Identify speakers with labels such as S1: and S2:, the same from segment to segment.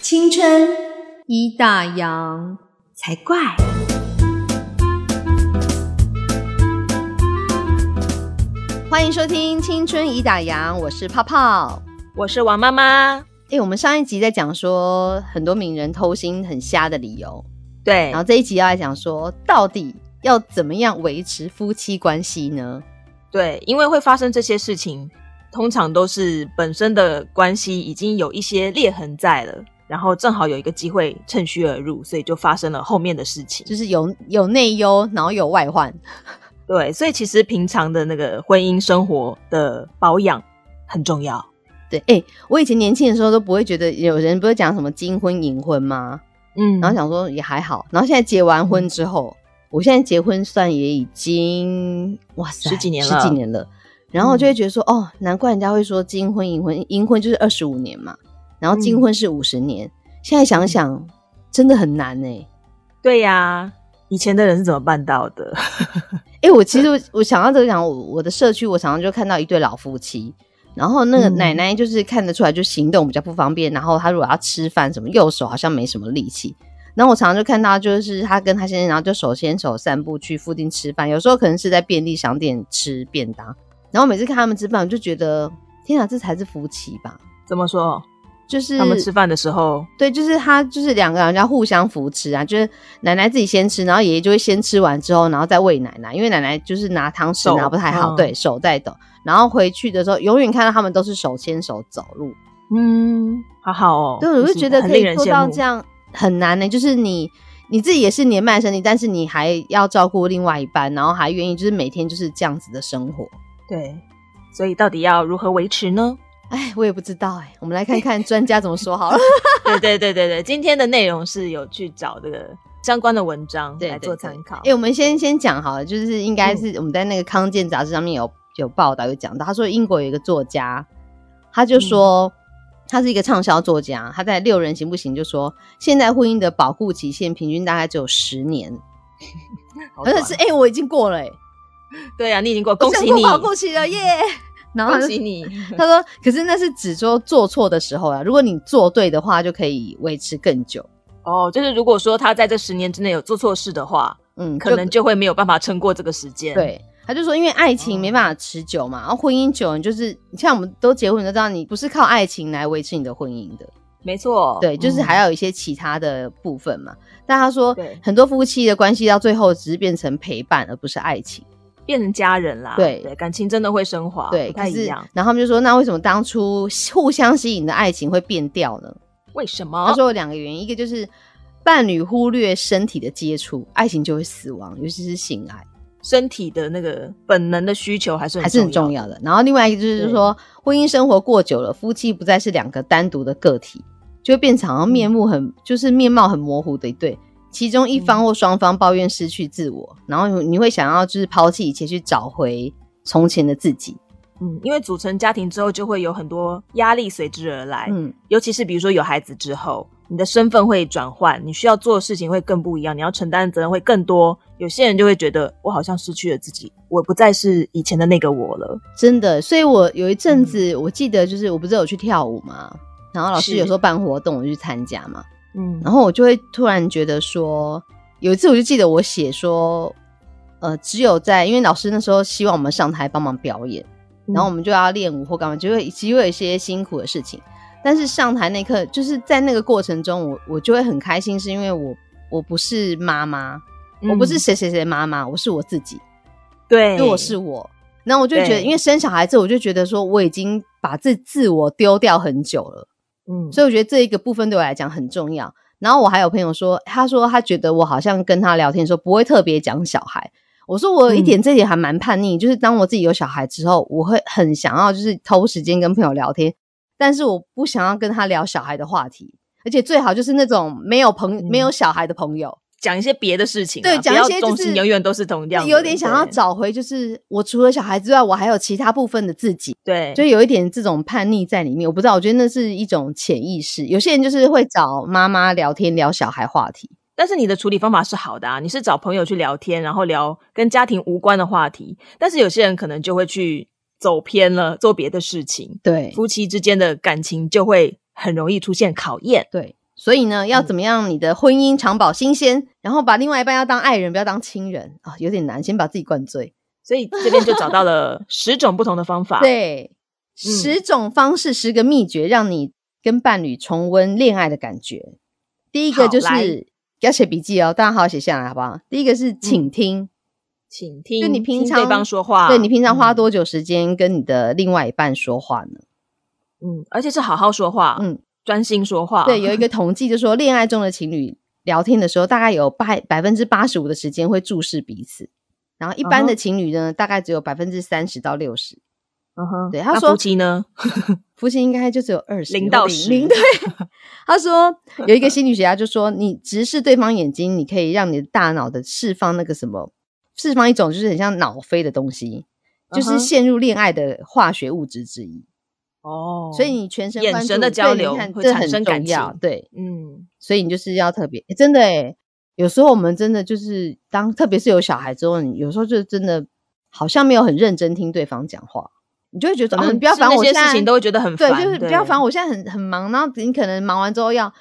S1: 青春
S2: 一大洋。
S1: 才怪。
S2: 欢迎收听《青春已打烊》，我是泡泡。
S3: 我是王妈妈。
S2: 诶，我们上一集在讲说很多名人偷心很瞎的理由，
S3: 对
S2: 然，后这一集要来讲说到底要怎么样维持夫妻关系呢？
S3: 对，因为会发生这些事情，通常都是本身的关系已经有一些裂痕在了，然后正好有一个机会趁虚而入，所以就发生了后面的事情。
S2: 就是有有内忧，然后有外患，
S3: 对，所以其实平常的那个婚姻生活的保养很重要。
S2: 对，哎、我以前年轻的时候都不会觉得有人不是讲什么金婚银婚吗？
S3: 嗯
S2: 然后想说也还好，然后现在结完婚之后，我现在结婚算也已经哇塞
S3: 十几年
S2: 十
S3: 了嗯
S2: 几年了，然后就会觉得说、哦，难怪人家会说金婚银婚，银婚就是二十五年嘛，然后金
S3: 嗯
S2: 婚是五十年，现在想想真的很难哎、
S3: 对呀、以前的人是怎么办到的？
S2: 哎、我其实我我想到这个讲，我我的社区我常常就看到一对老夫妻，然后那个
S3: 嗯
S2: 奶奶就是看得出来就行动比较不方便，然后她如果要吃饭什么，右手好像没什么力气。然后我常常就看到，就是她跟她先生，然后就手牵手散步去附近吃饭，有时候可能是在便利商店吃便当。然后每次看他们吃饭，我就觉得天啊，这才是夫妻吧？
S3: 怎么说？
S2: 就是
S3: 他们吃饭的时候，
S2: 对，就是他就是两个人要互相扶持啊，就是奶奶自己先吃，然后爷爷就会先吃完之后，然后再喂奶奶，因为奶奶就是拿汤匙
S3: 手
S2: 拿不太好，
S3: 嗯
S2: 对手在抖，然后回去的时候永远看到他们都是手牵手走路，
S3: 嗯，好好哦。
S2: 对，我
S3: 就
S2: 就是觉得
S3: 很
S2: 可
S3: 令
S2: 以
S3: 人
S2: 做
S3: 羡
S2: 到
S3: 慕
S2: 这样很难呢、就是你。你自己也是年迈的身体，但是你还要照顾另外一半，然后还愿意就是每天就是这样子的生活。
S3: 对，所以到底要如何维持呢？
S2: 哎，我也不知道哎、我们来看看专家怎么说好了。
S3: 对对对对对，今天的内容是有去找这个相关的文章
S2: 对
S3: 来做参考
S2: 哎、。我们先先讲好了，就是应
S3: 嗯
S2: 该是我们在那个康健杂志上面有有报道有讲到，他说英国有一个作家，他
S3: 嗯
S2: 就说、他是一个畅销作家，他在《六人行不行》就说现在婚姻的保护期限平均大概只有十年，
S3: 好
S2: 而且
S3: 短
S2: 是哎、我已经过了哎、
S3: 对啊，你已经过，
S2: 我
S3: 恭喜
S2: 成功，
S3: 你
S2: 保护期了 耶！然后他
S3: 恭
S2: 就
S3: 喜你。
S2: 他说，可是那是只说做错的时候啊，如果你做对的话，就可以维持更久。
S3: 哦，就是如果说他在这十年之内有做错事的话，
S2: 嗯，
S3: 可能就会没有办法撑过这个时间。，
S2: 对，他就说，因为爱情
S3: 哦
S2: 没办法持久嘛，然后婚姻久，你就是你像我们都结婚，你都知道，你不是靠爱情来维持你的婚姻的，
S3: 没错，嗯
S2: 对，就是还
S3: 要
S2: 要有一些其他的部分嘛。但他说
S3: 对，
S2: 很多夫妻的关系到最后只是变成陪伴，而不是爱情。
S3: 变成家人啦。
S2: 对
S3: 对，感情真的会升华，
S2: 对，
S3: 哦不
S2: 可
S3: 太一
S2: 是
S3: 样。
S2: 然后他们就说，那为什么当初 互相吸引的爱情会变掉呢？
S3: 为什
S2: 他
S3: 么？
S2: 说有两个原因，一个就是伴侣忽略身体的接触，爱情就会死亡，尤其是性爱。
S3: 身体的那个本能的需求还是
S2: 还是很重
S3: 要的。
S2: 要的。然后另外一个就是
S3: 对
S2: 说，婚姻生活过久了，夫妻不再是两个单独的个体，就会变成好像
S3: 嗯
S2: 面目很、就是面貌很模糊的一对，其中一
S3: 嗯
S2: 方或双方抱怨失去自我，然后你会想要就是抛弃一切去找回从前的自己。
S3: 嗯，因为组成家庭之后，就会有很多压力随之而来。
S2: 嗯，
S3: 尤其是比如说有孩子之后，你的身份会转换，你需要做的事情会更不一样，你要承担的责任会更多。有些人就会觉得，我好像失去了自己，我不再是以前的那个我了。
S2: 真的。所以我有一阵
S3: 嗯
S2: 子，我记得就是我不是有去跳舞嘛，然后老师
S3: 是
S2: 有时候办活动，我就去参加嘛。
S3: 嗯，
S2: 然后我就会突然觉得说，有一次我就记得我写说，呃，只有在因为老师那时候希望我们上台帮忙表演，然
S3: 嗯
S2: 后我们就要练舞或干嘛，就会其实会有一些辛苦的事情。但是上台那一刻，就是在那个过程中，我我就会很开心，是因为我我不是妈妈，
S3: 嗯
S2: 我不是谁谁谁妈妈，我是我自己，
S3: 对，
S2: 因为我是我。然后我就觉得，
S3: 对
S2: 因为生小孩之后，我就觉得说我已经把自自我丢掉很久了。
S3: 嗯，
S2: 所以我觉得这一个部分对我来讲很重要。然后我还有朋友说，他说他觉得我好像跟他聊天的时候不会特别讲小孩。我说我有一
S3: 嗯
S2: 点这点还蛮叛逆，就是当我自己有小孩之后，我会很想要就是偷时间跟朋友聊天，但是我不想要跟他聊小孩的话题，而且最好就是那种没有朋、
S3: 嗯
S2: 没有小孩的朋友，
S3: 讲一些别的事情啊，
S2: 对，讲一些
S3: 不要
S2: 就
S3: 重
S2: 是
S3: 心永远都是同样的，
S2: 有点想要
S3: 对
S2: 找回就是我除了小孩之外，我还有其他部分的自己。
S3: 对，
S2: 就有一点这种叛逆在里面。我不知道，我觉得那是一种潜意识。有些人就是会找妈妈聊天，聊小孩话题。
S3: 但是你的处理方法是好的啊，你是找朋友去聊天，然后聊跟家庭无关的话题。但是有些人可能就会去走偏了，做别的事情，
S2: 对
S3: 夫妻之间的感情就会很容易出现考验。
S2: 对，所以呢，
S3: 嗯
S2: 要怎么样你的婚姻长保新鲜，然后把另外一半要当爱人，不要当亲人啊，有点难，先把自己灌醉。
S3: 所以这边就找到 了十种不同的方法。，
S2: 对，
S3: 嗯
S2: 十种方式，十个秘诀，让你跟伴侣重温恋爱的感觉。第一个
S3: 好
S2: 就
S3: 来嗯
S2: 是要写笔记哦，大家好好写下来，好不好？第一个是倾听，
S3: 请听，
S2: 就你平
S3: 听
S2: 常
S3: 对方说话，
S2: 对你平常花
S3: 嗯
S2: 多久时间跟你的另外一半说话呢？
S3: 嗯而且是好好说话，
S2: 嗯
S3: 嗯，专心说话，
S2: 对，有一个统计就说，恋爱中的情侣聊天的时候，大概有百百分之八十五的时间会注视彼此，然后一般
S3: 嗯
S2: 的
S3: 哼
S2: 情侣呢，大概只有百分之三十到六十，
S3: 嗯哼，
S2: 对他
S3: 那
S2: 说哦
S3: 夫妻呢，
S2: 夫妻应该就只有二十
S3: 零到
S2: 十
S3: 十
S2: 零。对， 他 说有一个心理学家就说，你直视对方眼睛，你可以让你的大脑的释放那个什么，释放一种就是很像脑啡的东西，就
S3: 嗯
S2: 是
S3: 哼
S2: 陷入恋爱的化学物质之一。
S3: 哦，
S2: 所以你全神
S3: 眼
S2: 贯
S3: 神
S2: 注
S3: 的
S2: 对
S3: 交
S2: 你
S3: 流
S2: 看
S3: 会
S2: 这
S3: 产
S2: 很
S3: 生感
S2: 重要
S3: 情
S2: 对，
S3: 嗯，
S2: 所以你就是要特别、诶真的诶、有时候我们真的就是当，特别是有小孩之后，你有时候就真的好像没有很认真听对方讲话，你就会觉得、嗯，
S3: 哦
S2: 你不要
S3: 是
S2: 烦
S3: 那
S2: 我，
S3: 些
S2: 现在
S3: 事情都会觉得很
S2: 对，
S3: 烦
S2: 就是不
S3: 对
S2: 要烦我，现在很很忙，然后你可能忙完之后要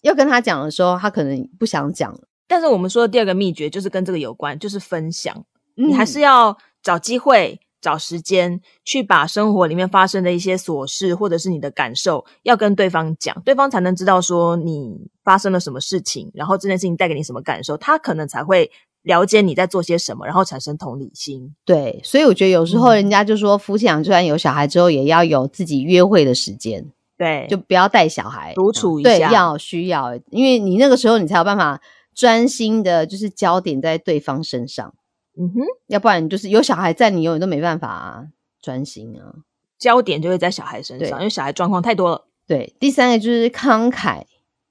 S2: 要跟他讲的时候，他可能不想讲了，
S3: 但是我们说的第二个秘诀就是跟这个有关，就是分享。
S2: 嗯
S3: 你还是要找机会、找时间去把生活里面发生的一些琐事，或者是你的感受，要跟对方讲，对方才能知道说你发生了什么事情，然后这件事情带给你什么感受，他可能才会了解你在做些什么，然后产生同理心。
S2: 对，所以我觉得有时候
S3: 嗯
S2: 人家就说夫妻俩就算有小孩之后，也要有自己约会的时间。
S3: 对，
S2: 就不要带小孩
S3: 哎独处一
S2: 对，
S3: 下
S2: 要需要欸，因为你那个时候你才有办法专心的，就是焦点在对方身上，
S3: 嗯哼，
S2: 要不然你就是有小孩在，你永远都没办法、啊、专心啊。
S3: 焦点就会在小孩身
S2: 对
S3: 上，因为小孩状况太多了。
S2: 对，第三个就是慷慨，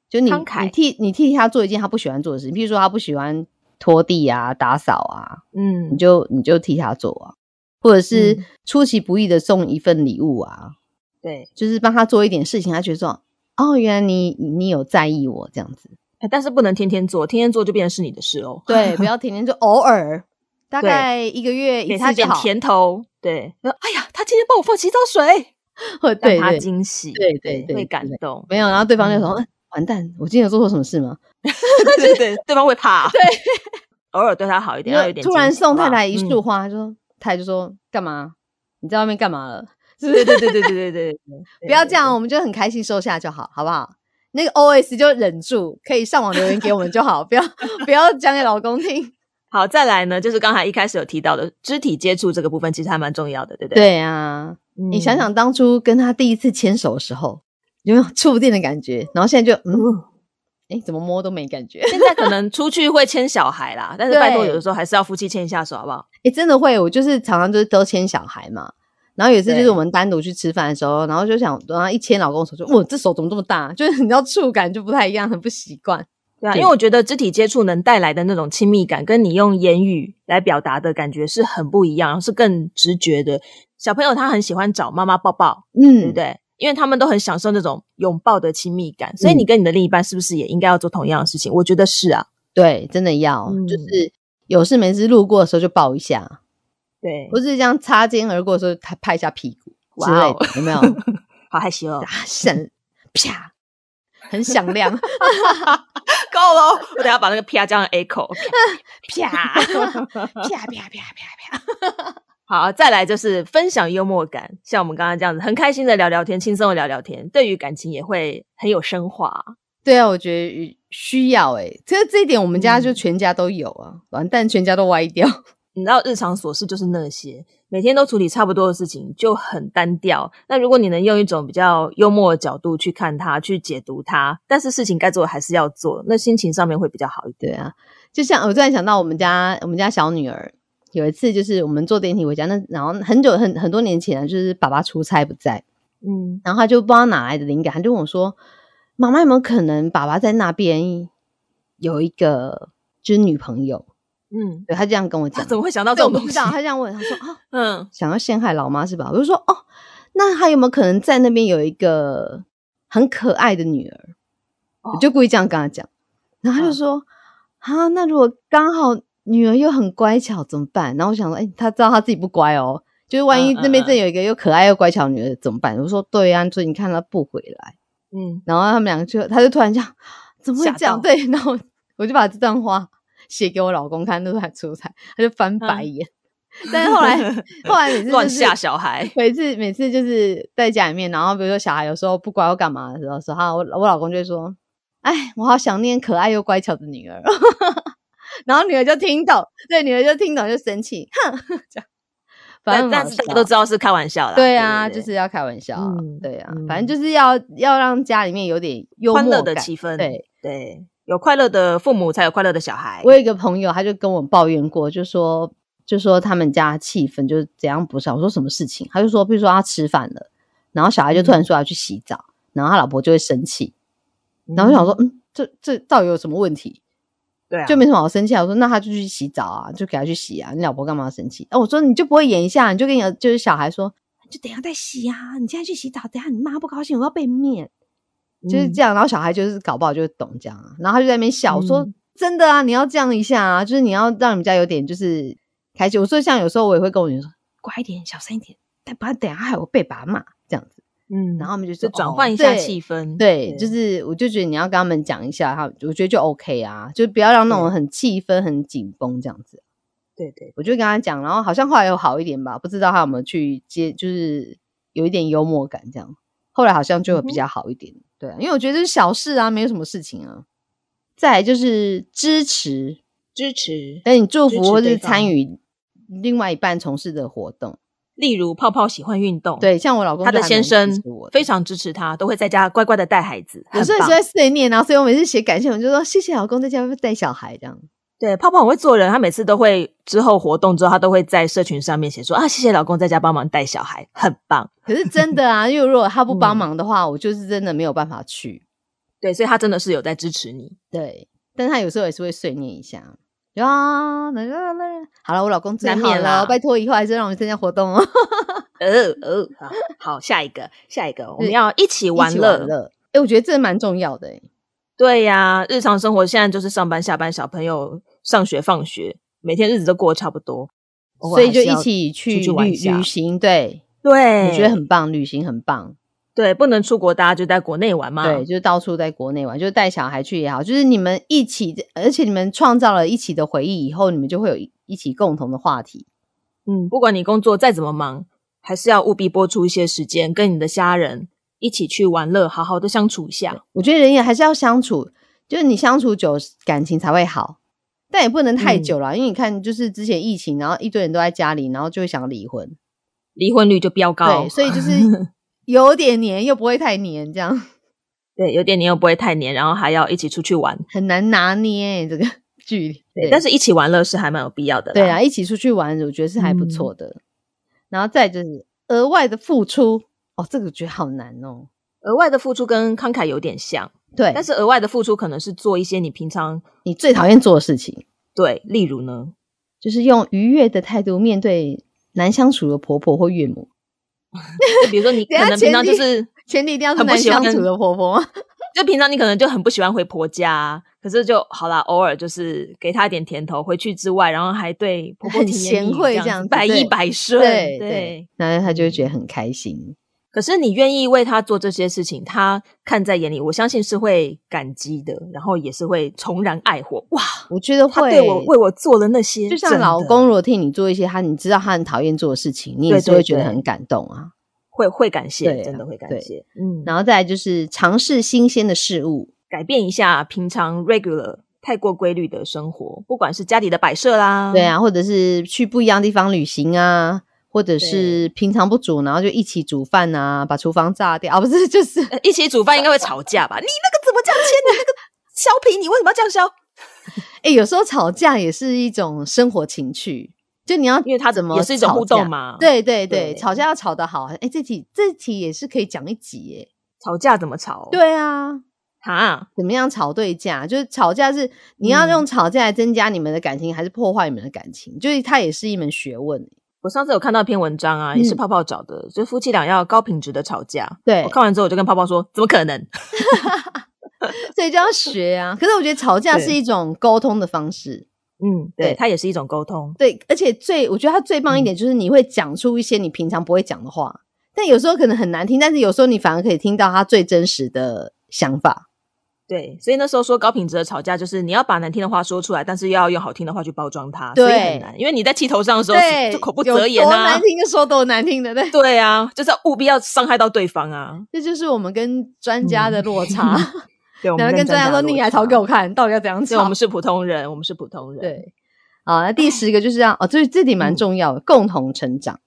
S2: 就你
S3: 慷慨
S2: 你替你替他做一件他不喜欢做的事情，譬如说他不喜欢拖地啊、打扫啊，
S3: 嗯，
S2: 你就你就替他做啊，或者是
S3: 嗯
S2: 出其不意的送一份礼物啊，
S3: 对。
S2: 就是帮他做一点事情，他觉得说哦，原来你你有在意我这样子。
S3: 哎但是不能天天做，天天做就变成是你的事哦。
S2: 对，不要天 天就偶尔，大
S3: 对
S2: 概一个月一
S3: 给他
S2: 次就
S3: 一点
S2: 好。
S3: 甜头，对，说哎呀，他今天帮我放洗澡水，
S2: 对
S3: 让
S2: 对
S3: 他
S2: 对，
S3: 惊喜，
S2: 对对对
S3: 会
S2: 对
S3: 感
S2: 对
S3: 动，
S2: 没有，然后对方就说：“嗯完蛋，我今天有做错什么事吗
S3: 对对，对方会 怕，对， 偶尔对他好一？”点，要有
S2: 就
S3: 点
S2: 突然
S3: 惊喜嗯
S2: 送太太一，
S3: 好
S2: 束花，他说：“太太就说干嘛？你在外面干嘛了？
S3: 不好嗯 对对对对对对对对，
S2: 不要这样，我们就很开心收下就好，好不好？”那个 O S 就忍住，可以上网留言给我们就好， 不要不要讲给老公听。
S3: 好，再来呢，就是刚才一开始有提到的肢体接触这个部分，其实还蛮重要的，对不嗯对？
S2: 对啊，
S3: 对
S2: 你想，想当初跟他第一次牵手的时候，有没有触电的感觉？然后现在就嗯，哎，怎么摸都没感觉。
S3: 现在可能出去会牵小孩啦，但是拜托，
S2: 对
S3: 有的时候还是要夫妻牵一下手，好不好？
S2: 哎、真的会，我就是常常就是都牵小孩嘛。然后有一次就是
S3: 对
S2: 我们单独去吃饭的时候，然后就想，然后一牵老公的手就，哇，这手怎么这么大？就是你知道触感就不太一样，很不习惯。
S3: 对啊，
S2: 对
S3: 因为我觉得肢体接触能带来的那种亲密感，跟你用言语来表达的感觉是很不一样，是更直觉的。小朋友他很喜欢找妈妈抱抱，对
S2: 嗯
S3: 不，对？因为他们都很享受那种拥抱的亲密感，所以你跟你的另一半是不是也应该要做同样的事情？我觉得是啊，
S2: 对，真的要，
S3: 嗯
S2: 就是有事没事路过的时候就抱一下，
S3: 对
S2: 不，是这样擦肩而过的时候拍拍一下屁股之
S3: 哇
S2: 类
S3: 哦
S2: 的，有没 有？
S3: 好害羞哦，
S2: 啊，闪，啪，很响亮，
S3: 够了哦，我等下把那个啪加上 echo。
S2: 啪，啪啪啪啪啪
S3: 好，再来就是分享幽默感，像我们刚刚这样子，很开心的聊聊天，轻松的聊聊天，对于感情也会很有升华。
S2: 对啊，我觉得需要哎、欸，这这一点我们家就
S3: 嗯
S2: 全家都有啊，完蛋，全家都歪掉。
S3: 你知道日常琐事就是那些，每天都处理差不多的事情，就很单调。那如果你能用一种比较幽默的角度去看它，去解读它，但是事情该做的还是要做，那心情上面会比较好一点。
S2: 对啊，就像我突然想到我们家我们家小女儿有一次，就是我们坐电梯回家，那然后很久很很多年前啊，就是爸爸出差不在，
S3: 嗯，
S2: 然后他就不知道哪来的灵感，他就问我说：“妈妈有没有可能爸爸在那边有一个就是女朋友
S3: 嗯？”，
S2: 对他这样跟我讲
S3: 他，怎么会想到这
S2: 对我
S3: 种
S2: 不
S3: 东
S2: 知
S3: 西
S2: 道，？他这样问，他说：“啊，
S3: 嗯，
S2: 想要陷害老妈是吧？”我就说：“哦，那还有没有可能在那边有一个很可爱的女儿？”我
S3: 哦
S2: 就故意这样跟他讲，然后他就
S3: 嗯
S2: 说：“啊，那如果刚好女儿又很乖巧怎么办？”然后我想说：“哎、他知道他自己不乖哦，就是万一
S3: 嗯嗯
S2: 那边真
S3: 嗯
S2: 有一个又可爱又乖巧的女儿怎么办？”我说：“对啊，所以你看他不回来。
S3: 嗯，
S2: 然后他们两个就，他就突然这样，怎么会这
S3: 吓到
S2: 样？对，然后我我就把这段话写给我老公看，那时候还出差，他就翻白
S3: 嗯
S2: 眼。 但是后来，后来每 次、就是、
S3: 乱吓小孩，
S2: 每次每次就是在家里面，然后比如说小孩有时候不乖或干嘛的时候，然后我我老公就会说：“哎，我好想念可爱又乖巧的女儿。” 然后女儿就听懂，对，女儿就听懂就生气，哼， 这样。 反
S3: 但
S2: 正
S3: 但是大家都知
S2: 道，
S3: 道是开玩笑啦。
S2: 对啊，
S3: 对
S2: 就是要开玩笑啊，
S3: 嗯
S2: 对啊，
S3: 嗯
S2: 反正就是要要让家里面有点幽
S3: 欢乐
S2: 默
S3: 的
S2: 感。
S3: 气氛，
S2: 对
S3: 对，有快乐的父母才有快乐的小孩。
S2: 我有一个朋友，他就跟我抱怨过，就说就说他们家气氛就是怎样不善。我说什么事情？他就说，比如说他吃饭了，然后小孩就突然说要去洗澡，然后他老婆就会生气，然后我想说，嗯，这这到底有什么问题？
S3: 对啊，
S2: 就没什么好生气啊。我说那他就去洗澡啊，就给他去洗啊。你老婆干嘛要生气？哦，我说你就不会演一下，你就跟你儿就是小孩说，就等一下再洗啊，你现在去洗澡，等一下你妈不高兴，我要被面，
S3: 嗯
S2: 就是这样。然后小孩就是搞不好就懂这样啊，然后他就在那边笑，我说
S3: 嗯
S2: 真的啊，你要这样一下啊，就是你要让你们家有点就是开心。我说像有时候我也会跟我女儿说，乖一点，小声一点，但不要等一下害我被爸骂这样子。
S3: 嗯，嗯
S2: 然后他们就说
S3: 就转
S2: 哦
S3: 换一下
S2: 对
S3: 气氛，
S2: 对，就是我就觉得你要跟他们讲一下，他我觉得就 OK 啊，就不要让那种很气氛很紧绷这样子。
S3: 对对，
S2: 我就跟他讲，然后好像后来有好一点吧，不知道他有没有去接，就是有一点幽默感这样。后来好像就
S3: 嗯
S2: 有比较好一点，对啊，因为我觉得这是小事啊，没有什么事情啊。再来就是支持，
S3: 支持，
S2: 等你祝
S3: 支
S2: 福
S3: 持
S2: 或
S3: 对
S2: 是参
S3: 方
S2: 与另外一半从事的活动。
S3: 例如泡泡喜欢运动，，
S2: 对，像我老公
S3: 他
S2: 就
S3: 的
S2: 还
S3: 先
S2: 蛮支
S3: 生
S2: 持我的
S3: 非常支持他，都会在家乖乖的带孩子，
S2: 有时候也
S3: 很
S2: 是
S3: 棒
S2: 在碎念啊，所以我每次写感谢，我就说谢谢老公在家带小孩这样。
S3: 对，泡泡很会做人，她每次都会之后活动之后，她都会在社群上面写说啊，谢谢老公在家帮忙带小孩，很棒。
S2: 可是真的啊，因为如果他不帮
S3: 嗯
S2: 忙的话，我就是真的没有办法去。
S3: 对，所以她真的是有在支持你。
S2: 对，但他有时候也是会碎念一下。啊，那个那个，好了，我老公最
S3: 难
S2: 好
S3: 免啦
S2: 了，拜托以后还是让我们参加活动哦，
S3: 呃呃，好，好，下一个，下一个，我们
S2: 对
S3: 要一
S2: 嗯
S3: 起
S2: 一
S3: 玩
S2: 起
S3: 乐。
S2: 乐。哎、我觉得这蛮重要的、欸。
S3: 对呀、日常生活现在就是上班、下班，小朋友上学、放学，每天日子都过得差不多，偶
S2: 所
S3: 尔
S2: 以
S3: 还
S2: 就是一
S3: 要
S2: 起去
S3: 出去
S2: 旅
S3: 玩一下
S2: 旅行，对，
S3: 对，
S2: 我觉得很棒，旅行很棒。
S3: 对，不能出国，大家就在国内玩嘛。
S2: 对，就是到处在国内玩，就是带小孩去也好，就是你们一起，而且你们创造了一起的回忆以后，你们就会有一一起共同的话题。
S3: 嗯，不管你工作再怎么忙，还是要务必拨出一些时间跟你的家人一起去玩乐，好好的相处一下。
S2: 我觉得人也还是要相处，就是你相处久，感情才会好，但也不能太
S3: 嗯
S2: 久了，因为你看，就是之前疫情，然后一堆人都在家里，然后就会想离婚，
S3: 离婚率就飙高
S2: 对，，所以就是 有点黏，又不会太黏，这样
S3: 对，有点黏又不会太黏，然后还要一起出去玩，
S2: 很难拿捏、这个 距离。对
S3: 但是一起玩乐是还蛮有必要的啦。
S2: 对啊，一起出去玩，我觉得是还不
S3: 嗯
S2: 错的。然后再就是额外的付出，哦，这个我觉得好难哦。
S3: 额外的付出跟慷慨有点像，
S2: 对，
S3: 但是额外的付出可能是做一些你平常
S2: 你最讨厌做的事情，
S3: 对，例如呢，
S2: 就是用愉悦的态度面对难相处的婆婆或岳母。
S3: 就比如说你
S2: 等
S3: 可
S2: 下
S3: 能平常就
S2: 前提
S3: 是
S2: 前提一定要是
S3: 很不
S2: 难
S3: 喜欢
S2: 相处的婆 婆吗？
S3: 就平常你可能就很不喜欢回婆家啊、可是就好啦，偶尔就是给她一点甜头，回去之外，然后还对婆婆
S2: 很
S3: 挺言
S2: 贤
S3: 语
S2: 惠
S3: 这
S2: 这
S3: 样
S2: 样子
S3: 子百依
S2: 对
S3: 百顺，
S2: 对对，然后她就会觉得很开心。
S3: 可是你愿意为她做这些事情，她看在眼里，我相信是会感激的，然后也是会重燃爱火。哇，
S2: 我觉得
S3: 她
S2: 会
S3: 对我为我做了那些，
S2: 就像
S3: 真的
S2: 老公如果替你做一些他你知道他很讨厌做的事情，你也
S3: 对
S2: 是
S3: 对
S2: 会觉得
S3: 对
S2: 很感动啊。
S3: 会会感谢，
S2: 对啊
S3: 真的会感
S2: 对
S3: 谢。嗯，
S2: 然后再来就是尝试新鲜的事物，
S3: 改变一下平常 regular 太过规律的生活，不管是家里的摆设啦，
S2: 对啊，或者是去不一样地方旅行啊，或者是平常不煮，然后就一起煮饭啊，把厨房炸掉啊，不是， 就是
S3: 呃，一起煮饭应该会吵架吧？你那个怎么这样切？你那个削皮，你为什么要这样削？
S2: 哎、有时候吵架也是一种生活情趣，就你要
S3: 因为它
S2: 怎么
S3: 也是一种
S2: 吵
S3: 互动
S2: 架。
S3: 嘛。，
S2: 对对对，
S3: 对
S2: 吵架要吵得好。哎、这题这题也是可以讲一集耶。
S3: 吵架怎么吵？，
S2: 对啊，
S3: 哈，
S2: 怎么样吵对架？就是吵架是你要
S3: 嗯
S2: 用吵架来增加你们的感情，还是破坏你们的感情？就是它也是一门学问。
S3: 我上次有看到一篇文章啊，也是
S2: 嗯
S3: 泡泡找的，就夫妻俩要高品质的吵架。
S2: 对嗯
S3: 我看完之后我就跟泡泡说，怎么可 能？
S2: 所以就要学啊。可是我觉得吵架
S3: 对
S2: 是一种沟通的方式。
S3: 嗯，对，
S2: 对
S3: 它也是一种沟通。嗯
S2: 对，而且最我觉得它最棒一点就是你会讲出一些你平常不会讲的话，但为有时候可能很难听，但是有时候你反而可以听到他最真实的想法。
S3: 对，所以那时候说高品质的吵架，就是你要把难听的话说出来，但是要用好听的话去包装它，所以
S2: 对
S3: 很难。因为你在气头上的时候，
S2: 对，
S3: 就口不择言
S2: 有多
S3: 啊
S2: 难，听就说多难听的，对，
S3: 对啊，就是要务必要伤害到对方啊。
S2: 这就是我们跟专家的落差。
S3: 对，嗯 我
S2: 然
S3: 们
S2: 后跟专
S3: 专
S2: 家说：“你来
S3: 吵
S2: 讨给我看，到底要怎 样
S3: 对，我
S2: 吵
S3: 们是普通人，我们是普通？”人。
S2: 对，好，那第十个就是这样哦，这这点
S3: 嗯
S2: 蛮重要的，共同成长。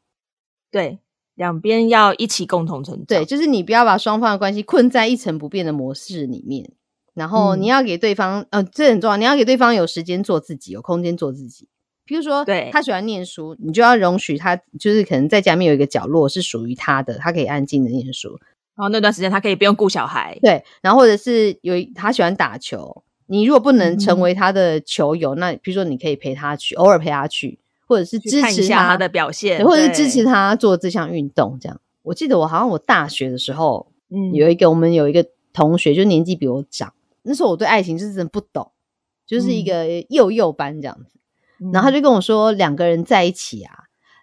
S3: 对，两边要一起共同成长。
S2: 对，就是你不要把双方的关系困在一成不变的模式里面，然后
S3: 嗯
S2: 你要给对方，呃，这很重要，你要给对方有时间做自己，有空间做自己。比如说，
S3: 对
S2: 他喜欢念书，你就要容许他，就是可能在家里面有一个角落是属于他的，他可以安静的念书。
S3: 然后那段时间他可以不用顾小孩。
S2: 对，然后或者是有一他喜欢打球，你如果不能
S3: 嗯
S2: 成为他的球友，那比如说你可以陪他去，偶尔陪他去，或者是
S3: 去
S2: 支
S3: 看一
S2: 持
S3: 下他的表现，
S2: 对或者是支持
S3: 对，
S2: 他做这项运动。这样，我记得我好像我大学的时候
S3: 嗯
S2: 有一个我们有一个同学，就年纪比我长，那时候我对爱情就是真的不懂，就是
S3: 嗯
S2: 一个幼幼班这样子。然后他
S3: 就
S2: 就跟我说，两个人在一起啊，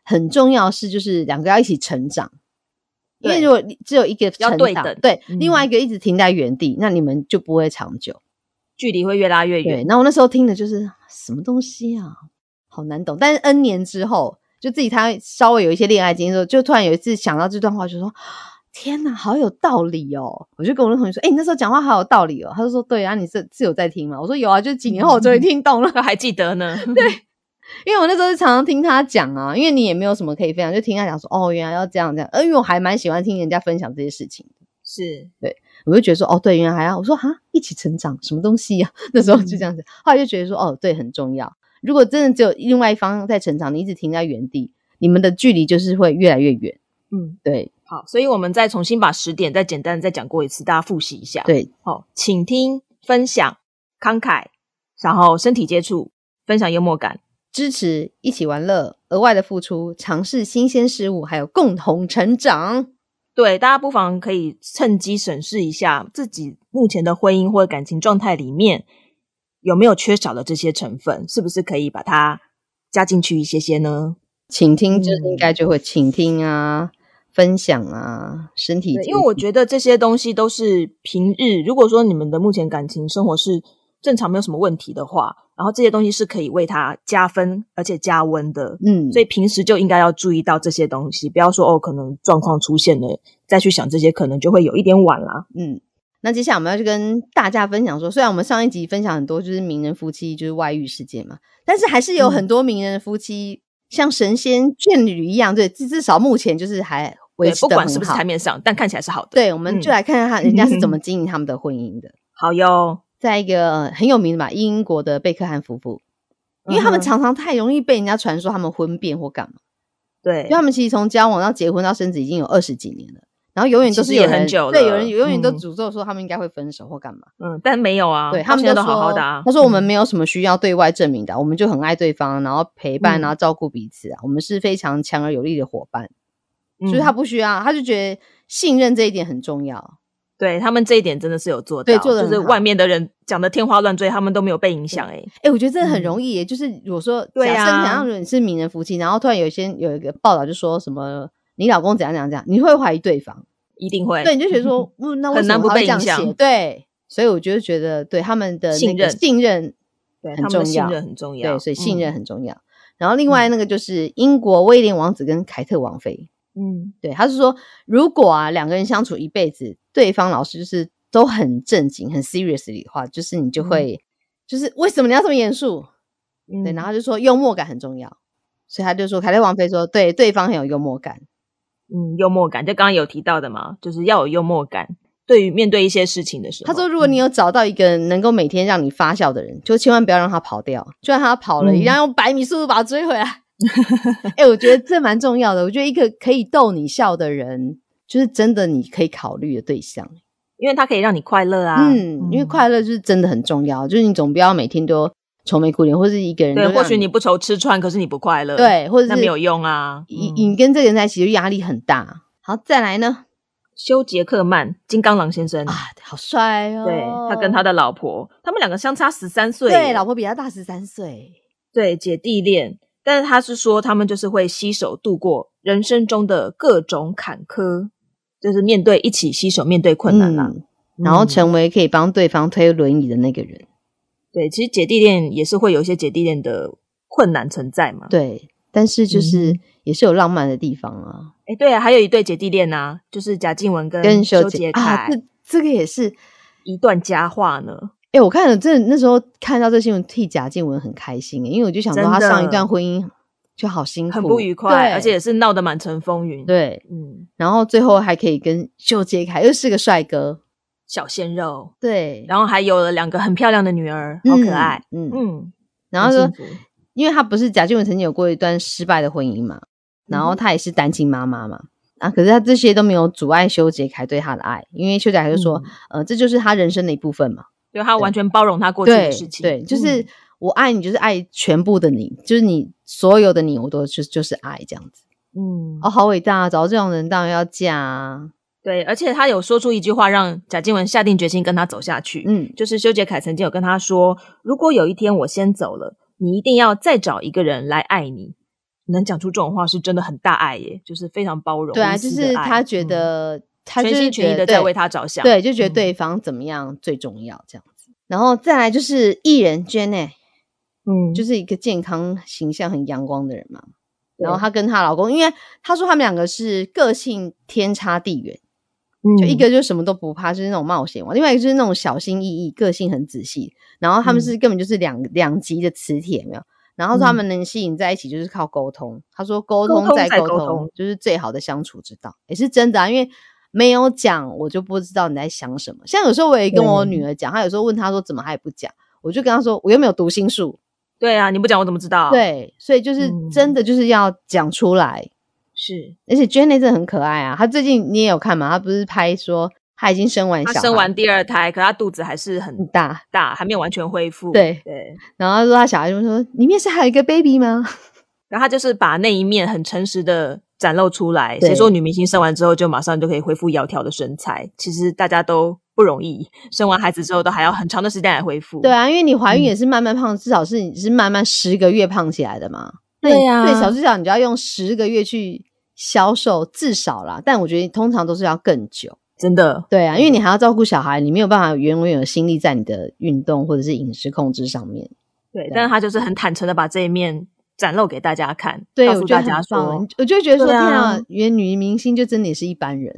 S2: 很重要的是就是两个要一起成长。因为
S3: 对
S2: 如果你只有一个
S3: 要
S2: 成
S3: 对
S2: 长
S3: 等
S2: 对，
S3: 嗯
S2: 另外一个一直停在原地，那你们就不会长久。
S3: 距离会越拉越
S2: 对
S3: 远，，
S2: 那我那时候听的就是啊什么东西啊，好难懂。但是 N 年之后，就自己他稍微有一些恋爱经验之后，就突然有一次想到这段话，就说：“天哪，好有道理哦！”我就跟我那同学说：“哎、你那时候讲话好有道理哦。”他就说：“对啊，你是是有在听吗？”我说：“有啊，就是几年后我终
S3: 嗯
S2: 于听懂了。
S3: 他 还记得 呢。对，
S2: 因为我那时候是常常听他讲啊，因为你也没有什么可以分享，就听他讲说：“哦，原来要这样这样。”呃，因为我还蛮喜欢听人家分享这些事情，
S3: 是
S2: 我就觉得说：“哦，对，原来还要。”我说：“哈，一起成长什么东西呀、 那时候就这样子，后来就觉得说：“哦，对，很重要。如果真的只有另外一方在成长，你一直停在原地，你们的距离就是会越来越远。
S3: 嗯，
S2: 对
S3: 好，所以我们再重新把十点再简单地再讲过一次，大家复习一下。，
S2: 对
S3: 好、请听、分享、慷慨，然后身体接触、分享幽默感。
S2: 支持、一起玩乐、额外的付出、尝试新鲜事物，还有共同成长。
S3: 对，大家不妨可以趁机审视一下自己目前的婚姻或感情状态里面有没有缺少的这些成分，是不是可以把它加进去一些些呢？
S2: 倾听就
S3: 嗯
S2: 应该就会倾听啊，分享啊，身体
S3: 对，
S2: 接
S3: 因为我
S2: 触
S3: 觉得这些东西都是平日，如果说你们的目前感情生活是正常没有什么问题的话，然后这些东西是可以为它加分而且加温的。
S2: 嗯，
S3: 所以平时就应该要注意到这些东西，不要说哦，可能状况出现了再去想这些，可能就会有一点晚啦。
S2: 嗯，那接下来我们要去跟大家分享说，虽然我们上一集分享很多就是名人夫妻就是外遇事件嘛，但是还是有
S3: 嗯
S2: 很多名人夫妻、像神仙眷侣一样，对，至至少目前就是还维
S3: 对，
S2: 持
S3: 不
S2: 的
S3: 管是
S2: 很
S3: 不是
S2: 好
S3: 台。面上，但看起来是好的。
S2: 对，我们
S3: 嗯
S2: 就来看看他人家是怎 么经营他们的婚姻的。
S3: 好哟，
S2: 在一个呃很有名的嘛，英国的贝克汉夫妇，因为他们
S3: 嗯哼
S2: 常常太容易被人家传说他们婚变或干嘛，
S3: 对
S2: 因为，他们其实从交往到结婚到生子已经有二十几年了，然后永远都是
S3: 其实也
S2: 有人
S3: 很久
S2: 对
S3: 了
S2: 有人永远都
S3: 嗯
S2: 诅咒说他们应该会分手或干嘛。
S3: 嗯，但没有啊，
S2: 对
S3: 到
S2: 他们
S3: 现
S2: 就
S3: 在
S2: 说，
S3: 都好好的啊。
S2: 他说我们
S3: 嗯
S2: 没有什么需要对外证明的，我们就很爱对方，啊然后陪伴，
S3: 嗯
S2: 然后照顾彼此啊，我们是非常强而有力的伙伴，所以
S3: 嗯
S2: 他不需要，他就觉得信任这一点很重要。
S3: 对他们这一点真的是有做到，
S2: 对做得
S3: 就是
S2: 很好
S3: 外面的人讲的天花乱坠，他们都没有被影响哎、
S2: 哎，我觉得这很
S3: 嗯
S2: 容易耶，就是如果说
S3: 对
S2: 假设你
S3: 啊
S2: 想让你是名人夫妻，然后突然有一些有一个报道就说什么你老公怎样怎样怎样，你会怀疑对方，
S3: 一定会。
S2: 对，你就觉得说，嗯，那为
S3: 哎很
S2: 什
S3: 难
S2: 么
S3: 不
S2: 他会
S3: 被
S2: 这样
S3: 影
S2: 写？
S3: 响
S2: 对，所以我就觉得对他们的那
S3: 信
S2: 个
S3: 任
S2: 信任
S3: 对
S2: 很
S3: 他们
S2: 重
S3: 的信
S2: 要
S3: 任很重要，
S2: 对，所以信
S3: 嗯
S2: 任。很重要。然后另外那个就是英国威廉王子跟凯特王妃，
S3: 嗯，
S2: 对，他是说如果啊两个人相处一辈子，对方老师就是都很正经、很 serious 的话，就是你就
S3: 嗯
S2: 会、就是为什么你要这么严肃？
S3: 嗯
S2: 对，然后他就说幽默感很重要，所以他就说凯特王妃说对对方很有幽默感，
S3: 嗯，幽默感，就刚刚有提到的嘛，就是要有幽默感。对于面对一些事情的时候，
S2: 他说：“如果你
S3: 嗯
S2: 有找到一个能够每天让你发笑的人，就千万不要让他跑掉，就算他跑了，
S3: 嗯
S2: 一定要用百米速度把他追回来。 哎、我觉得这蛮重要的。我觉得一个可以逗你笑的人，就是真的你可以考虑的对象。
S3: 因为它可以让你快乐啊，
S2: 嗯，因为快乐就是真的很重要，就是你总不要每天都愁眉苦脸，或是一个人
S3: 对，
S2: 都
S3: 或
S2: 让
S3: 许你不愁吃穿，可是你不快乐，，
S2: 对，或者
S3: 那
S2: 是
S3: 没有用啊。
S2: 你
S3: 嗯
S2: 你跟这个人在一起就压力很大。好，再来呢
S3: 休杰克曼，金刚狼先生
S2: 啊，好帅哦！
S3: 嗯对他跟他的老婆，他们两个相差十三岁耶，
S2: 对老婆比他大十三岁。
S3: 对姐弟恋，但是他是说他们就是会携手度过人生中的各种坎坷。就是面对一起携手面对困难啦、
S2: 嗯然后
S3: 嗯
S2: 成为可以帮对方推轮椅的那个人。
S3: 对，其实姐弟恋也是会有一些姐弟恋的困难存在嘛。
S2: 对，但是就是、
S3: 嗯
S2: 也是有浪漫的地方啊，
S3: 哎，对啊，还有一对姐弟恋呐、就是贾静雯跟
S2: 跟
S3: 修
S2: 修杰
S3: 杰
S2: 啊，
S3: 楷、
S2: 这这个也是。
S3: 一段佳话呢。
S2: 哎、我看了，真的那时候看到这新闻，替贾静雯很开心、欸因为我就想说，
S3: 真
S2: 她上一
S3: 的
S2: 段婚姻就好辛苦，
S3: 很不愉快，
S2: 对
S3: 而且也是闹得满城风云。，
S2: 对，
S3: 嗯，
S2: 然后最后还可以跟秀杰楷，又是个帅哥，
S3: 小鲜肉，
S2: 对，
S3: 然后还有了两个很漂亮的女儿，好可爱。
S2: 嗯，嗯
S3: 嗯，
S2: 然后说
S3: 很，幸福
S2: 因为她不是贾静雯曾经有过一段失败的婚姻嘛，然后
S3: 嗯
S2: 她也是单亲妈妈嘛。啊！可是她这些都没有阻碍修杰楷对她的爱，因为修杰楷就说：“
S3: 嗯
S2: 呃，这就是他人生的一部分嘛。”
S3: 对他完全包容他过去
S2: 对
S3: 的事情，
S2: 对，就是、
S3: 嗯
S2: 我爱你，就是爱全部的你，就是你所有的你，我都就就是爱这样子。
S3: 嗯
S2: 哦，好伟大啊！找到这种人当然要嫁啊。
S3: 对，而且他有说出一句话，让贾静雯下定决心跟他走下去。
S2: 嗯，
S3: 就是修杰楷曾经有跟他说，如果有一天我先走了，你一定要再找一个人来爱你。能讲出这种话是真的很大爱耶，就是非常包容。
S2: 对啊，
S3: 无
S2: 就
S3: 私
S2: 是
S3: 的爱
S2: 他觉、
S3: 嗯
S2: 得、他就
S3: 全
S2: 是
S3: 心全
S2: 觉
S3: 意的
S2: 得
S3: 在
S2: 对
S3: 为他着想。
S2: 对，就觉得
S3: 嗯
S2: 对方怎么样最重要这样子。然后再来就是艺人 j a n e
S3: 嗯，
S2: 就是是一个健康、形象很阳光的人嘛。
S3: 对
S2: 然后她跟她老公，因为她说他们两个是个性天差地远，就一个就是什么都不怕，就是那种冒险王；，另外一个就是那种小心翼翼、个性很仔细。然后他们是根本就是两、两极的磁铁，有没有。然后说他们能吸引在一起，就是靠沟通。他说嗯沟
S3: 沟
S2: 通
S3: 通
S2: 再
S3: 再
S2: 沟
S3: 沟
S2: 通，
S3: 通
S2: 就是最好的相处之道，也是真的啊。因为没有讲，我就不知道你在想什么。像有时候我也跟我
S3: 对
S2: 女儿讲，她有时候问她说怎么还不讲，我就跟她说我又没有读心术，
S3: 对啊，你不讲我怎么知道？，
S2: 对，所以就是
S3: 嗯
S2: 真的就是要讲出来。
S3: 是
S2: 而且 Jenny 真的很可爱啊，她最近你也有看嘛？她不是拍说她已经生完
S3: 他
S2: 小孩，
S3: 生完第二胎，可他肚子还是很
S2: 很大，
S3: 大，还没有完全恢复。
S2: 对
S3: 对，
S2: 然后她说她小孩就说里面是还有一个 baby 吗？
S3: 然后他就是把那一面很诚实的展露出来。
S2: 对
S3: 谁说女明星生完之后就马上就可以恢复窈窕的身材？其实大家都不容易，生完孩子之后都还要很长的时间来恢复。
S2: 对，啊，因为你怀孕
S3: 嗯
S2: 也是慢慢胖，至少是你是慢慢十个月胖起来的嘛。那
S3: 对
S2: 你
S3: 啊
S2: 最少至少你就要用十个月去销售，至少啦。但我觉得通常都是要更久。
S3: 真的，
S2: 对啊，因为你还要照顾小孩，你没有办法永远有心力在你的运动或者是饮食控制上面。
S3: 对
S2: 对。
S3: 但是他就是很坦诚的把这一面展露给大家看，
S2: 对，
S3: 告
S2: 我
S3: 诉
S2: 觉
S3: 大
S2: 得
S3: 家
S2: 很棒
S3: 说。，
S2: 我就会觉得说，
S3: 对
S2: 天
S3: 啊
S2: 啊，原女明星就真的也是一般人，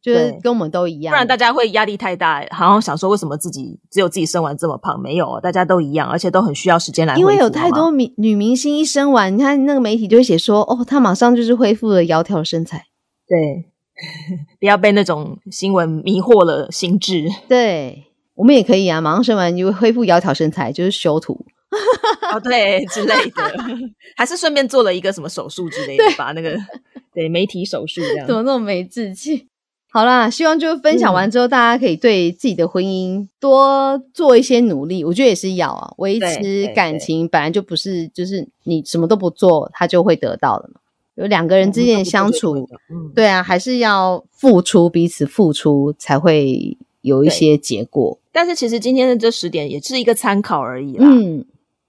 S2: 就是
S3: 对
S2: 跟我们都一样。
S3: 不然大家会压力太大，好像想说为什么自己只有自己生完这么胖？没有，大家都一样，而且都很需要时间来恢
S2: 因
S3: 复。
S2: 为有太
S3: 好吗
S2: 多明女明星一生完，你看那个媒体就会写说，哦，她马上就是恢复了窈窕身材。
S3: 对， 不要被那种新闻迷惑了心智。
S2: 对，我们也可以啊，马上生完就恢复窈窕身材，就是修图。
S3: 哦，对之类的， 还是顺便做了一个什么手术之类的，把那个对媒体手术这样
S2: 怎。么那么没志气？好啦，希望就是分享
S3: 嗯
S2: 完之后，大家可以对自己的婚姻多做一些努力。我觉得也是要啊，维
S3: 对对
S2: 持
S3: 对
S2: 感情本来就不是就是你什么都不做，他就会得到的嘛。有两个人之间的相处，，
S3: 嗯，对。
S2: 对啊，还是要付出，彼此付出才会有一
S3: 对
S2: 些结果。
S3: 但是其实今天的这十点也是一个参考而已啦。
S2: 嗯，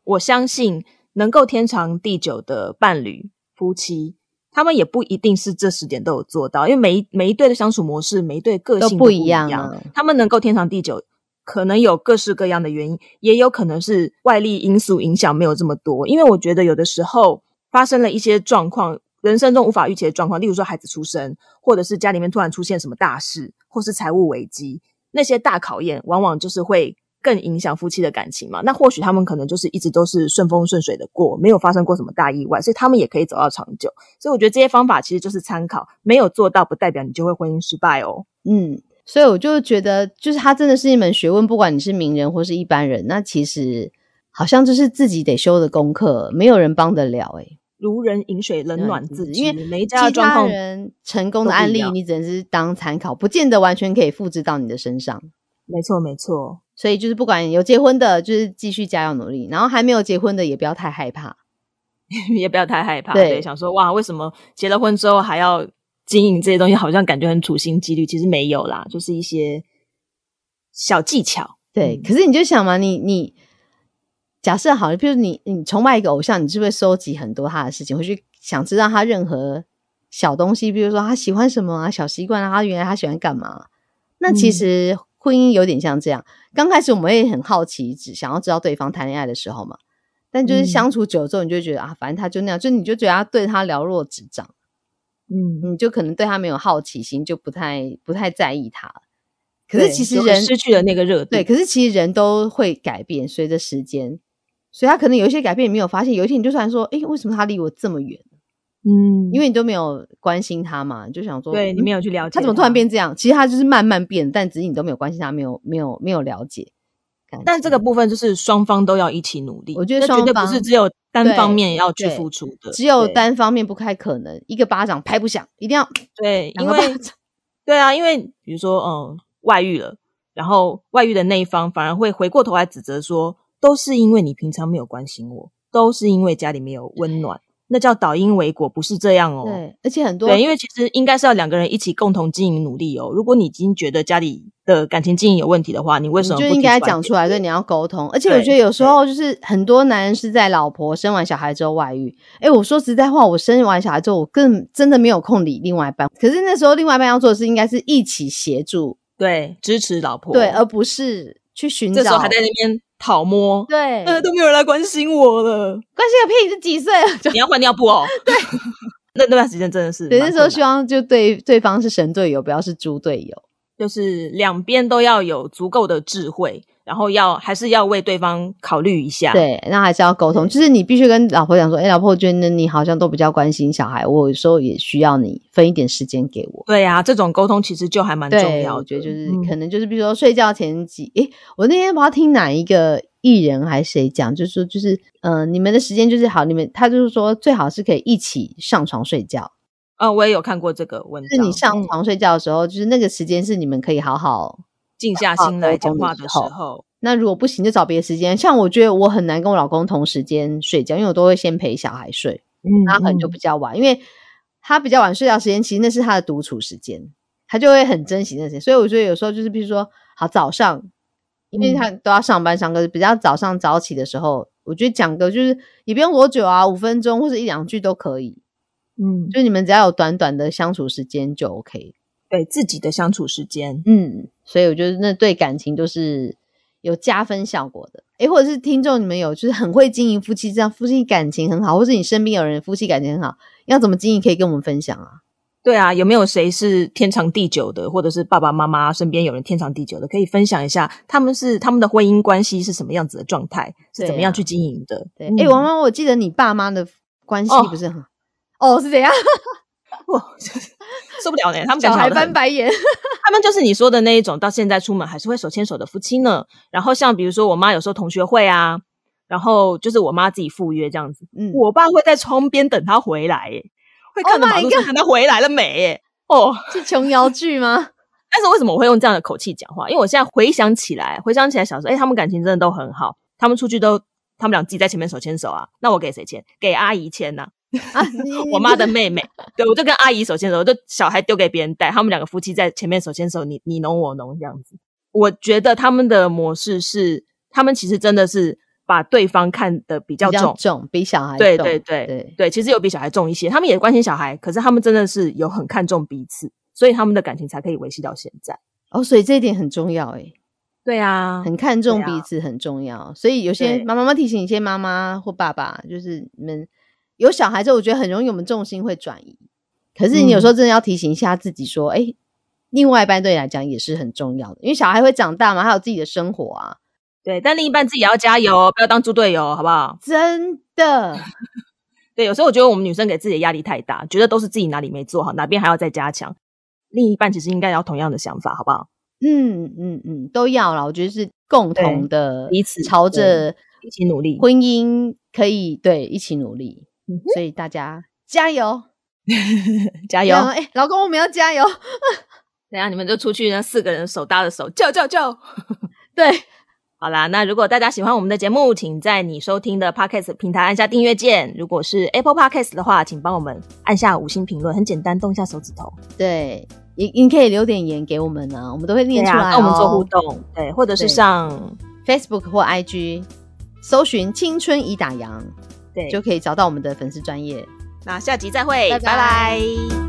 S3: 我相信能够天长地久的伴侣夫妻，他们也不一定是这十点都有做到，因为每一每一对的相处模式，每一对个
S2: 都
S3: 性
S2: 不
S3: 一
S2: 一样啊。
S3: 他们能够天长地久，可能有各式各样的原因，也有可能是外力因素影响没有这么多。因为我觉得有的时候发生了一些状况，人生中无法预期的状况，例如说孩子出生，或者是家里面突然出现什么大事，或是财务危机，那些大考验，往往就是会。更影响夫妻的感情嘛？那或许他们可能就是一直都是顺风顺水的过，没有发生过什么大意外，所以他们也可以走到长久。所以我觉得这些方法其实就是参考，没有做到不代表你就会婚姻失败哦。
S2: 嗯，所以我就觉得，就是它真的是一门学问，不管你是名人或是一般人，那其实好像就是自己得修的功课，没有人帮得了、欸。
S3: 如人饮水，冷
S2: 冷
S3: 暖
S2: 自
S3: 自
S2: 知
S3: 知。
S2: 因为
S3: 每一家
S2: 其
S3: 的状
S2: 他
S3: 况，
S2: 人成功的
S3: 都不一
S2: 案例，
S3: 样
S2: 你只能是当参考，不见得完全可以复制到你的身上。
S3: 没错没错，
S2: 所以就是不管有结婚的，就是继续加油努力，然后还没有结婚的也不要太害怕。
S3: 也不要太害怕。
S2: 对
S3: 对，想说哇，为什么结了婚之后还要经营这些东西，好像感觉很处心积虑，其实没有啦，就是一些小技巧。
S2: 对，
S3: 嗯
S2: 可是你就想嘛，你你假设好，譬如你你崇拜一个偶像，你是不是收集很多他的事情，会去想知道他任何小东西，比如说他喜欢什么啊，小习惯啊，他原来他喜欢干嘛？那其实
S3: 嗯
S2: 婚姻有点像这样，刚开始我们也很好奇，只想要知道对方谈恋爱的时候嘛。但
S3: 嗯
S2: 就是相处久之后，你就会觉得、啊，反正他就那样，就你就觉得他对他了若指掌，
S3: 嗯，
S2: 你就可能对他没有好奇心，就不太不太在意他了。可
S3: 对
S2: 是其实
S3: 就
S2: 人
S3: 失去了那个热度，
S2: 对，可是其实人都会改变，随着时间，所以他可能有一些改变你没有发现，有一天你就突然说，哎、为什么他离我这么远？
S3: 嗯，
S2: 因为你都没有关心他嘛，你就想说，
S3: 对你没
S2: 有、
S3: 有去了解
S2: 他怎么突然？变这样？其实他就是慢慢变，但只是你都没有关心他，没有没有没有了解。感
S3: 但这
S2: 情
S3: 个部分就是双方都要一起努力，
S2: 我觉得
S3: 这绝对
S2: 双
S3: 不是
S2: 方
S3: 只有单
S2: 对
S3: 方面要去
S2: 对
S3: 付出的，
S2: 只有
S3: 对
S2: 单方面不太可能，一个巴掌拍不响，一定要
S3: 对，
S2: 两
S3: 因
S2: 个巴
S3: 为
S2: 掌。
S3: 对啊，因为比如说嗯外遇了，然后外遇的那一方反而会回过头来指责说，都是因为你平常没有关心我，都是因为家里没有温暖，那叫倒因为果，不是这样哦。
S2: 对，而且很多
S3: 对，因为其实应该是要两个人一起共同经营努力哦。如果你已经觉得家里的感情经营有问题的话，你为什
S2: 你
S3: 么
S2: 就
S3: 不
S2: 应
S3: 提
S2: 该
S3: 来
S2: 讲
S3: 解
S2: 出来，
S3: 决
S2: 对，你要沟通。而且我
S3: 对
S2: 觉得有时
S3: 对
S2: 候就是很多男人是在老婆生完小孩之后外遇。哎、我说实在话，我生完小孩之后，我更真的没有空理另外一半。可是那时候，另外一半要做的事应该是一起协助，
S3: 对支持老婆，
S2: 对，而不是去寻
S3: 这时候
S2: 找。
S3: 还在那边讨摸，
S2: 对，
S3: 呃，都没有人来关心我了，
S2: 关心个屁！是几岁了？ 就
S3: 你要换尿布哦。对， 那那段时间真的是
S2: 对，
S3: 蛮
S2: 那时候
S3: 困
S2: 希望就对对方是神队友，不要是猪队友。
S3: 就是两边都要有足够的智慧，然后要还是要为对方考虑一下。，
S2: 对，那还是要沟通，就是你必须跟老婆讲说，哎、老婆，我觉得你好像都比较关心小孩，我有时候也需要你分一点时间给我。
S3: 对啊，这种沟通其实就还蛮重
S2: 对，
S3: 要的。
S2: 我觉得就是、
S3: 嗯
S2: 可能就是，比如说睡觉前几，诶、我那天不知道听哪一个艺人还是谁讲，就是说就是，嗯、你们的时间就是好，你们他就是说最好是可以一起上床睡觉，
S3: 呃，我也有看过这个文
S2: 就是
S3: 章，
S2: 你上
S3: 嗯
S2: 床睡觉的时候，就是那个时间是你们可以好好。
S3: 静下
S2: 话
S3: 心
S2: 沟
S3: 来讲
S2: 通的
S3: 话
S2: 时
S3: 的时
S2: 候
S3: 候，
S2: 那如果不行，就找别的时间。像我觉得我很难跟我老公同时间睡觉，因为我都会先陪小孩睡，
S3: 嗯
S2: 他可能就比较晚，因为他比较晚睡觉时间，其实那是他的独处时间，他就会很珍惜那些。所以我觉得有时候就是，比如说，好早上，因为
S3: 嗯
S2: 他都要上班上课，比较早上早起的时候，我觉得讲个就是也不用多久啊，五分钟或者一两句都可以，
S3: 嗯，嗯
S2: 就是你们只要有短短的相处时间就 OK。
S3: 对自己的相处时间，
S2: 嗯，所以我觉得那对感情都是有加分效果的。诶，或者是听众你们有就是很会经营夫妻，这样夫妻感情很好，或是你身边有人夫妻感情很好，要怎么经营可以跟我们分享啊？
S3: 对啊，有没有谁是天长地久的，或者是爸爸妈妈身边有人天长地久的，可以分享一下他们是他们的婚姻关系是什么样子的状态，是怎么样
S2: 对啊
S3: 去经营的？
S2: 对，
S3: 嗯
S2: 诶，王妈，我记得你爸妈的关系
S3: 哦
S2: 不是很好。哦，是怎样？
S3: 哇， 就是受不了呢，他们
S2: 小
S3: 感情好
S2: 孩
S3: 得很
S2: 翻白眼。
S3: 他们就是你说的那一种，到现在出门还是会手牵手的夫妻呢。然后像比如说我妈有时候同学会啊，然后就是我妈自己赴约这样子，
S2: 嗯，
S3: 我爸会在窗边等她回来耶，会
S2: Oh
S3: 看着
S2: my
S3: 马路上看她回来了没耶。哦，
S2: 是琼瑶剧吗？
S3: 但是为什么我会用这样的口气讲话？因为我现在回想起来，回想起来小时候，哎、他们感情真的都很好，他们出去都他们俩自己在前面手牵手啊，那我给谁牵？给阿姨牵呐、
S2: 啊，你
S3: 我妈的
S2: 你
S3: 妹妹，对我就跟阿姨手牵手，我就小孩丢给别人带，他们两个夫妻在前面手牵手，你你侬我侬这样子。我觉得他们的模式是，他们其实真的是把对方看得比较
S2: 比较
S3: 重，
S2: 重，比小孩
S3: 对
S2: 重
S3: 对对
S2: 对，
S3: 对，其实有比小孩重一些，他们也关心小孩，可是他们真的是有很看重彼此，所以他们的感情才可以维系到现在。
S2: 哦，所以这一点很重要诶，
S3: 对啊，
S2: 很看重彼
S3: 啊
S2: 此很重要，所以有些
S3: 对
S2: 妈妈妈提醒一些妈妈或爸爸，就是你们有小孩之后，我觉得很容易我们重心会转移。可是你有时
S3: 嗯
S2: 候真的要提醒一下自己说，哎、另外一半对你来讲也是很重要的，因为小孩会长大嘛，他有自己的生活啊，
S3: 对，但另一半自己也要加油哦，不要当猪队友哦，好不好？
S2: 真的
S3: 对，有时候我觉得我们女生给自己的压力太大，觉得都是自己哪里没做好，哪边还要再加强。另一半其实应该要同样的想法，好不好？
S2: 嗯嗯嗯，都要啦。我觉得是共同的，
S3: 彼此
S2: 朝着
S3: 一起努力。
S2: 婚姻可以对一起努力，
S3: 嗯哼
S2: 所以大家加油，加
S3: 加油！
S2: 哎、老公，我们要加油，
S3: 等一下你们就出去呢，四个人手搭着手，叫叫叫！
S2: 对，
S3: 好啦，那如果大家喜欢我们的节目，请在你收听的 Podcast 平台按下订阅键。如果是 Apple Podcast 的话，请帮我们按下五星评论，很简单，动一下手指头。
S2: 对，也你可以留点言给我们呢、我们都会念
S3: 对
S2: 出
S3: 啊
S2: 来、哦。
S3: 跟我们做互动，对，或者是
S2: 对
S3: 上
S2: Facebook 或 IG 搜寻“青春已打烊
S3: 对”，
S2: 就可以找到我们的粉丝专业。
S3: 那下集再会，
S2: 拜拜
S3: 拜拜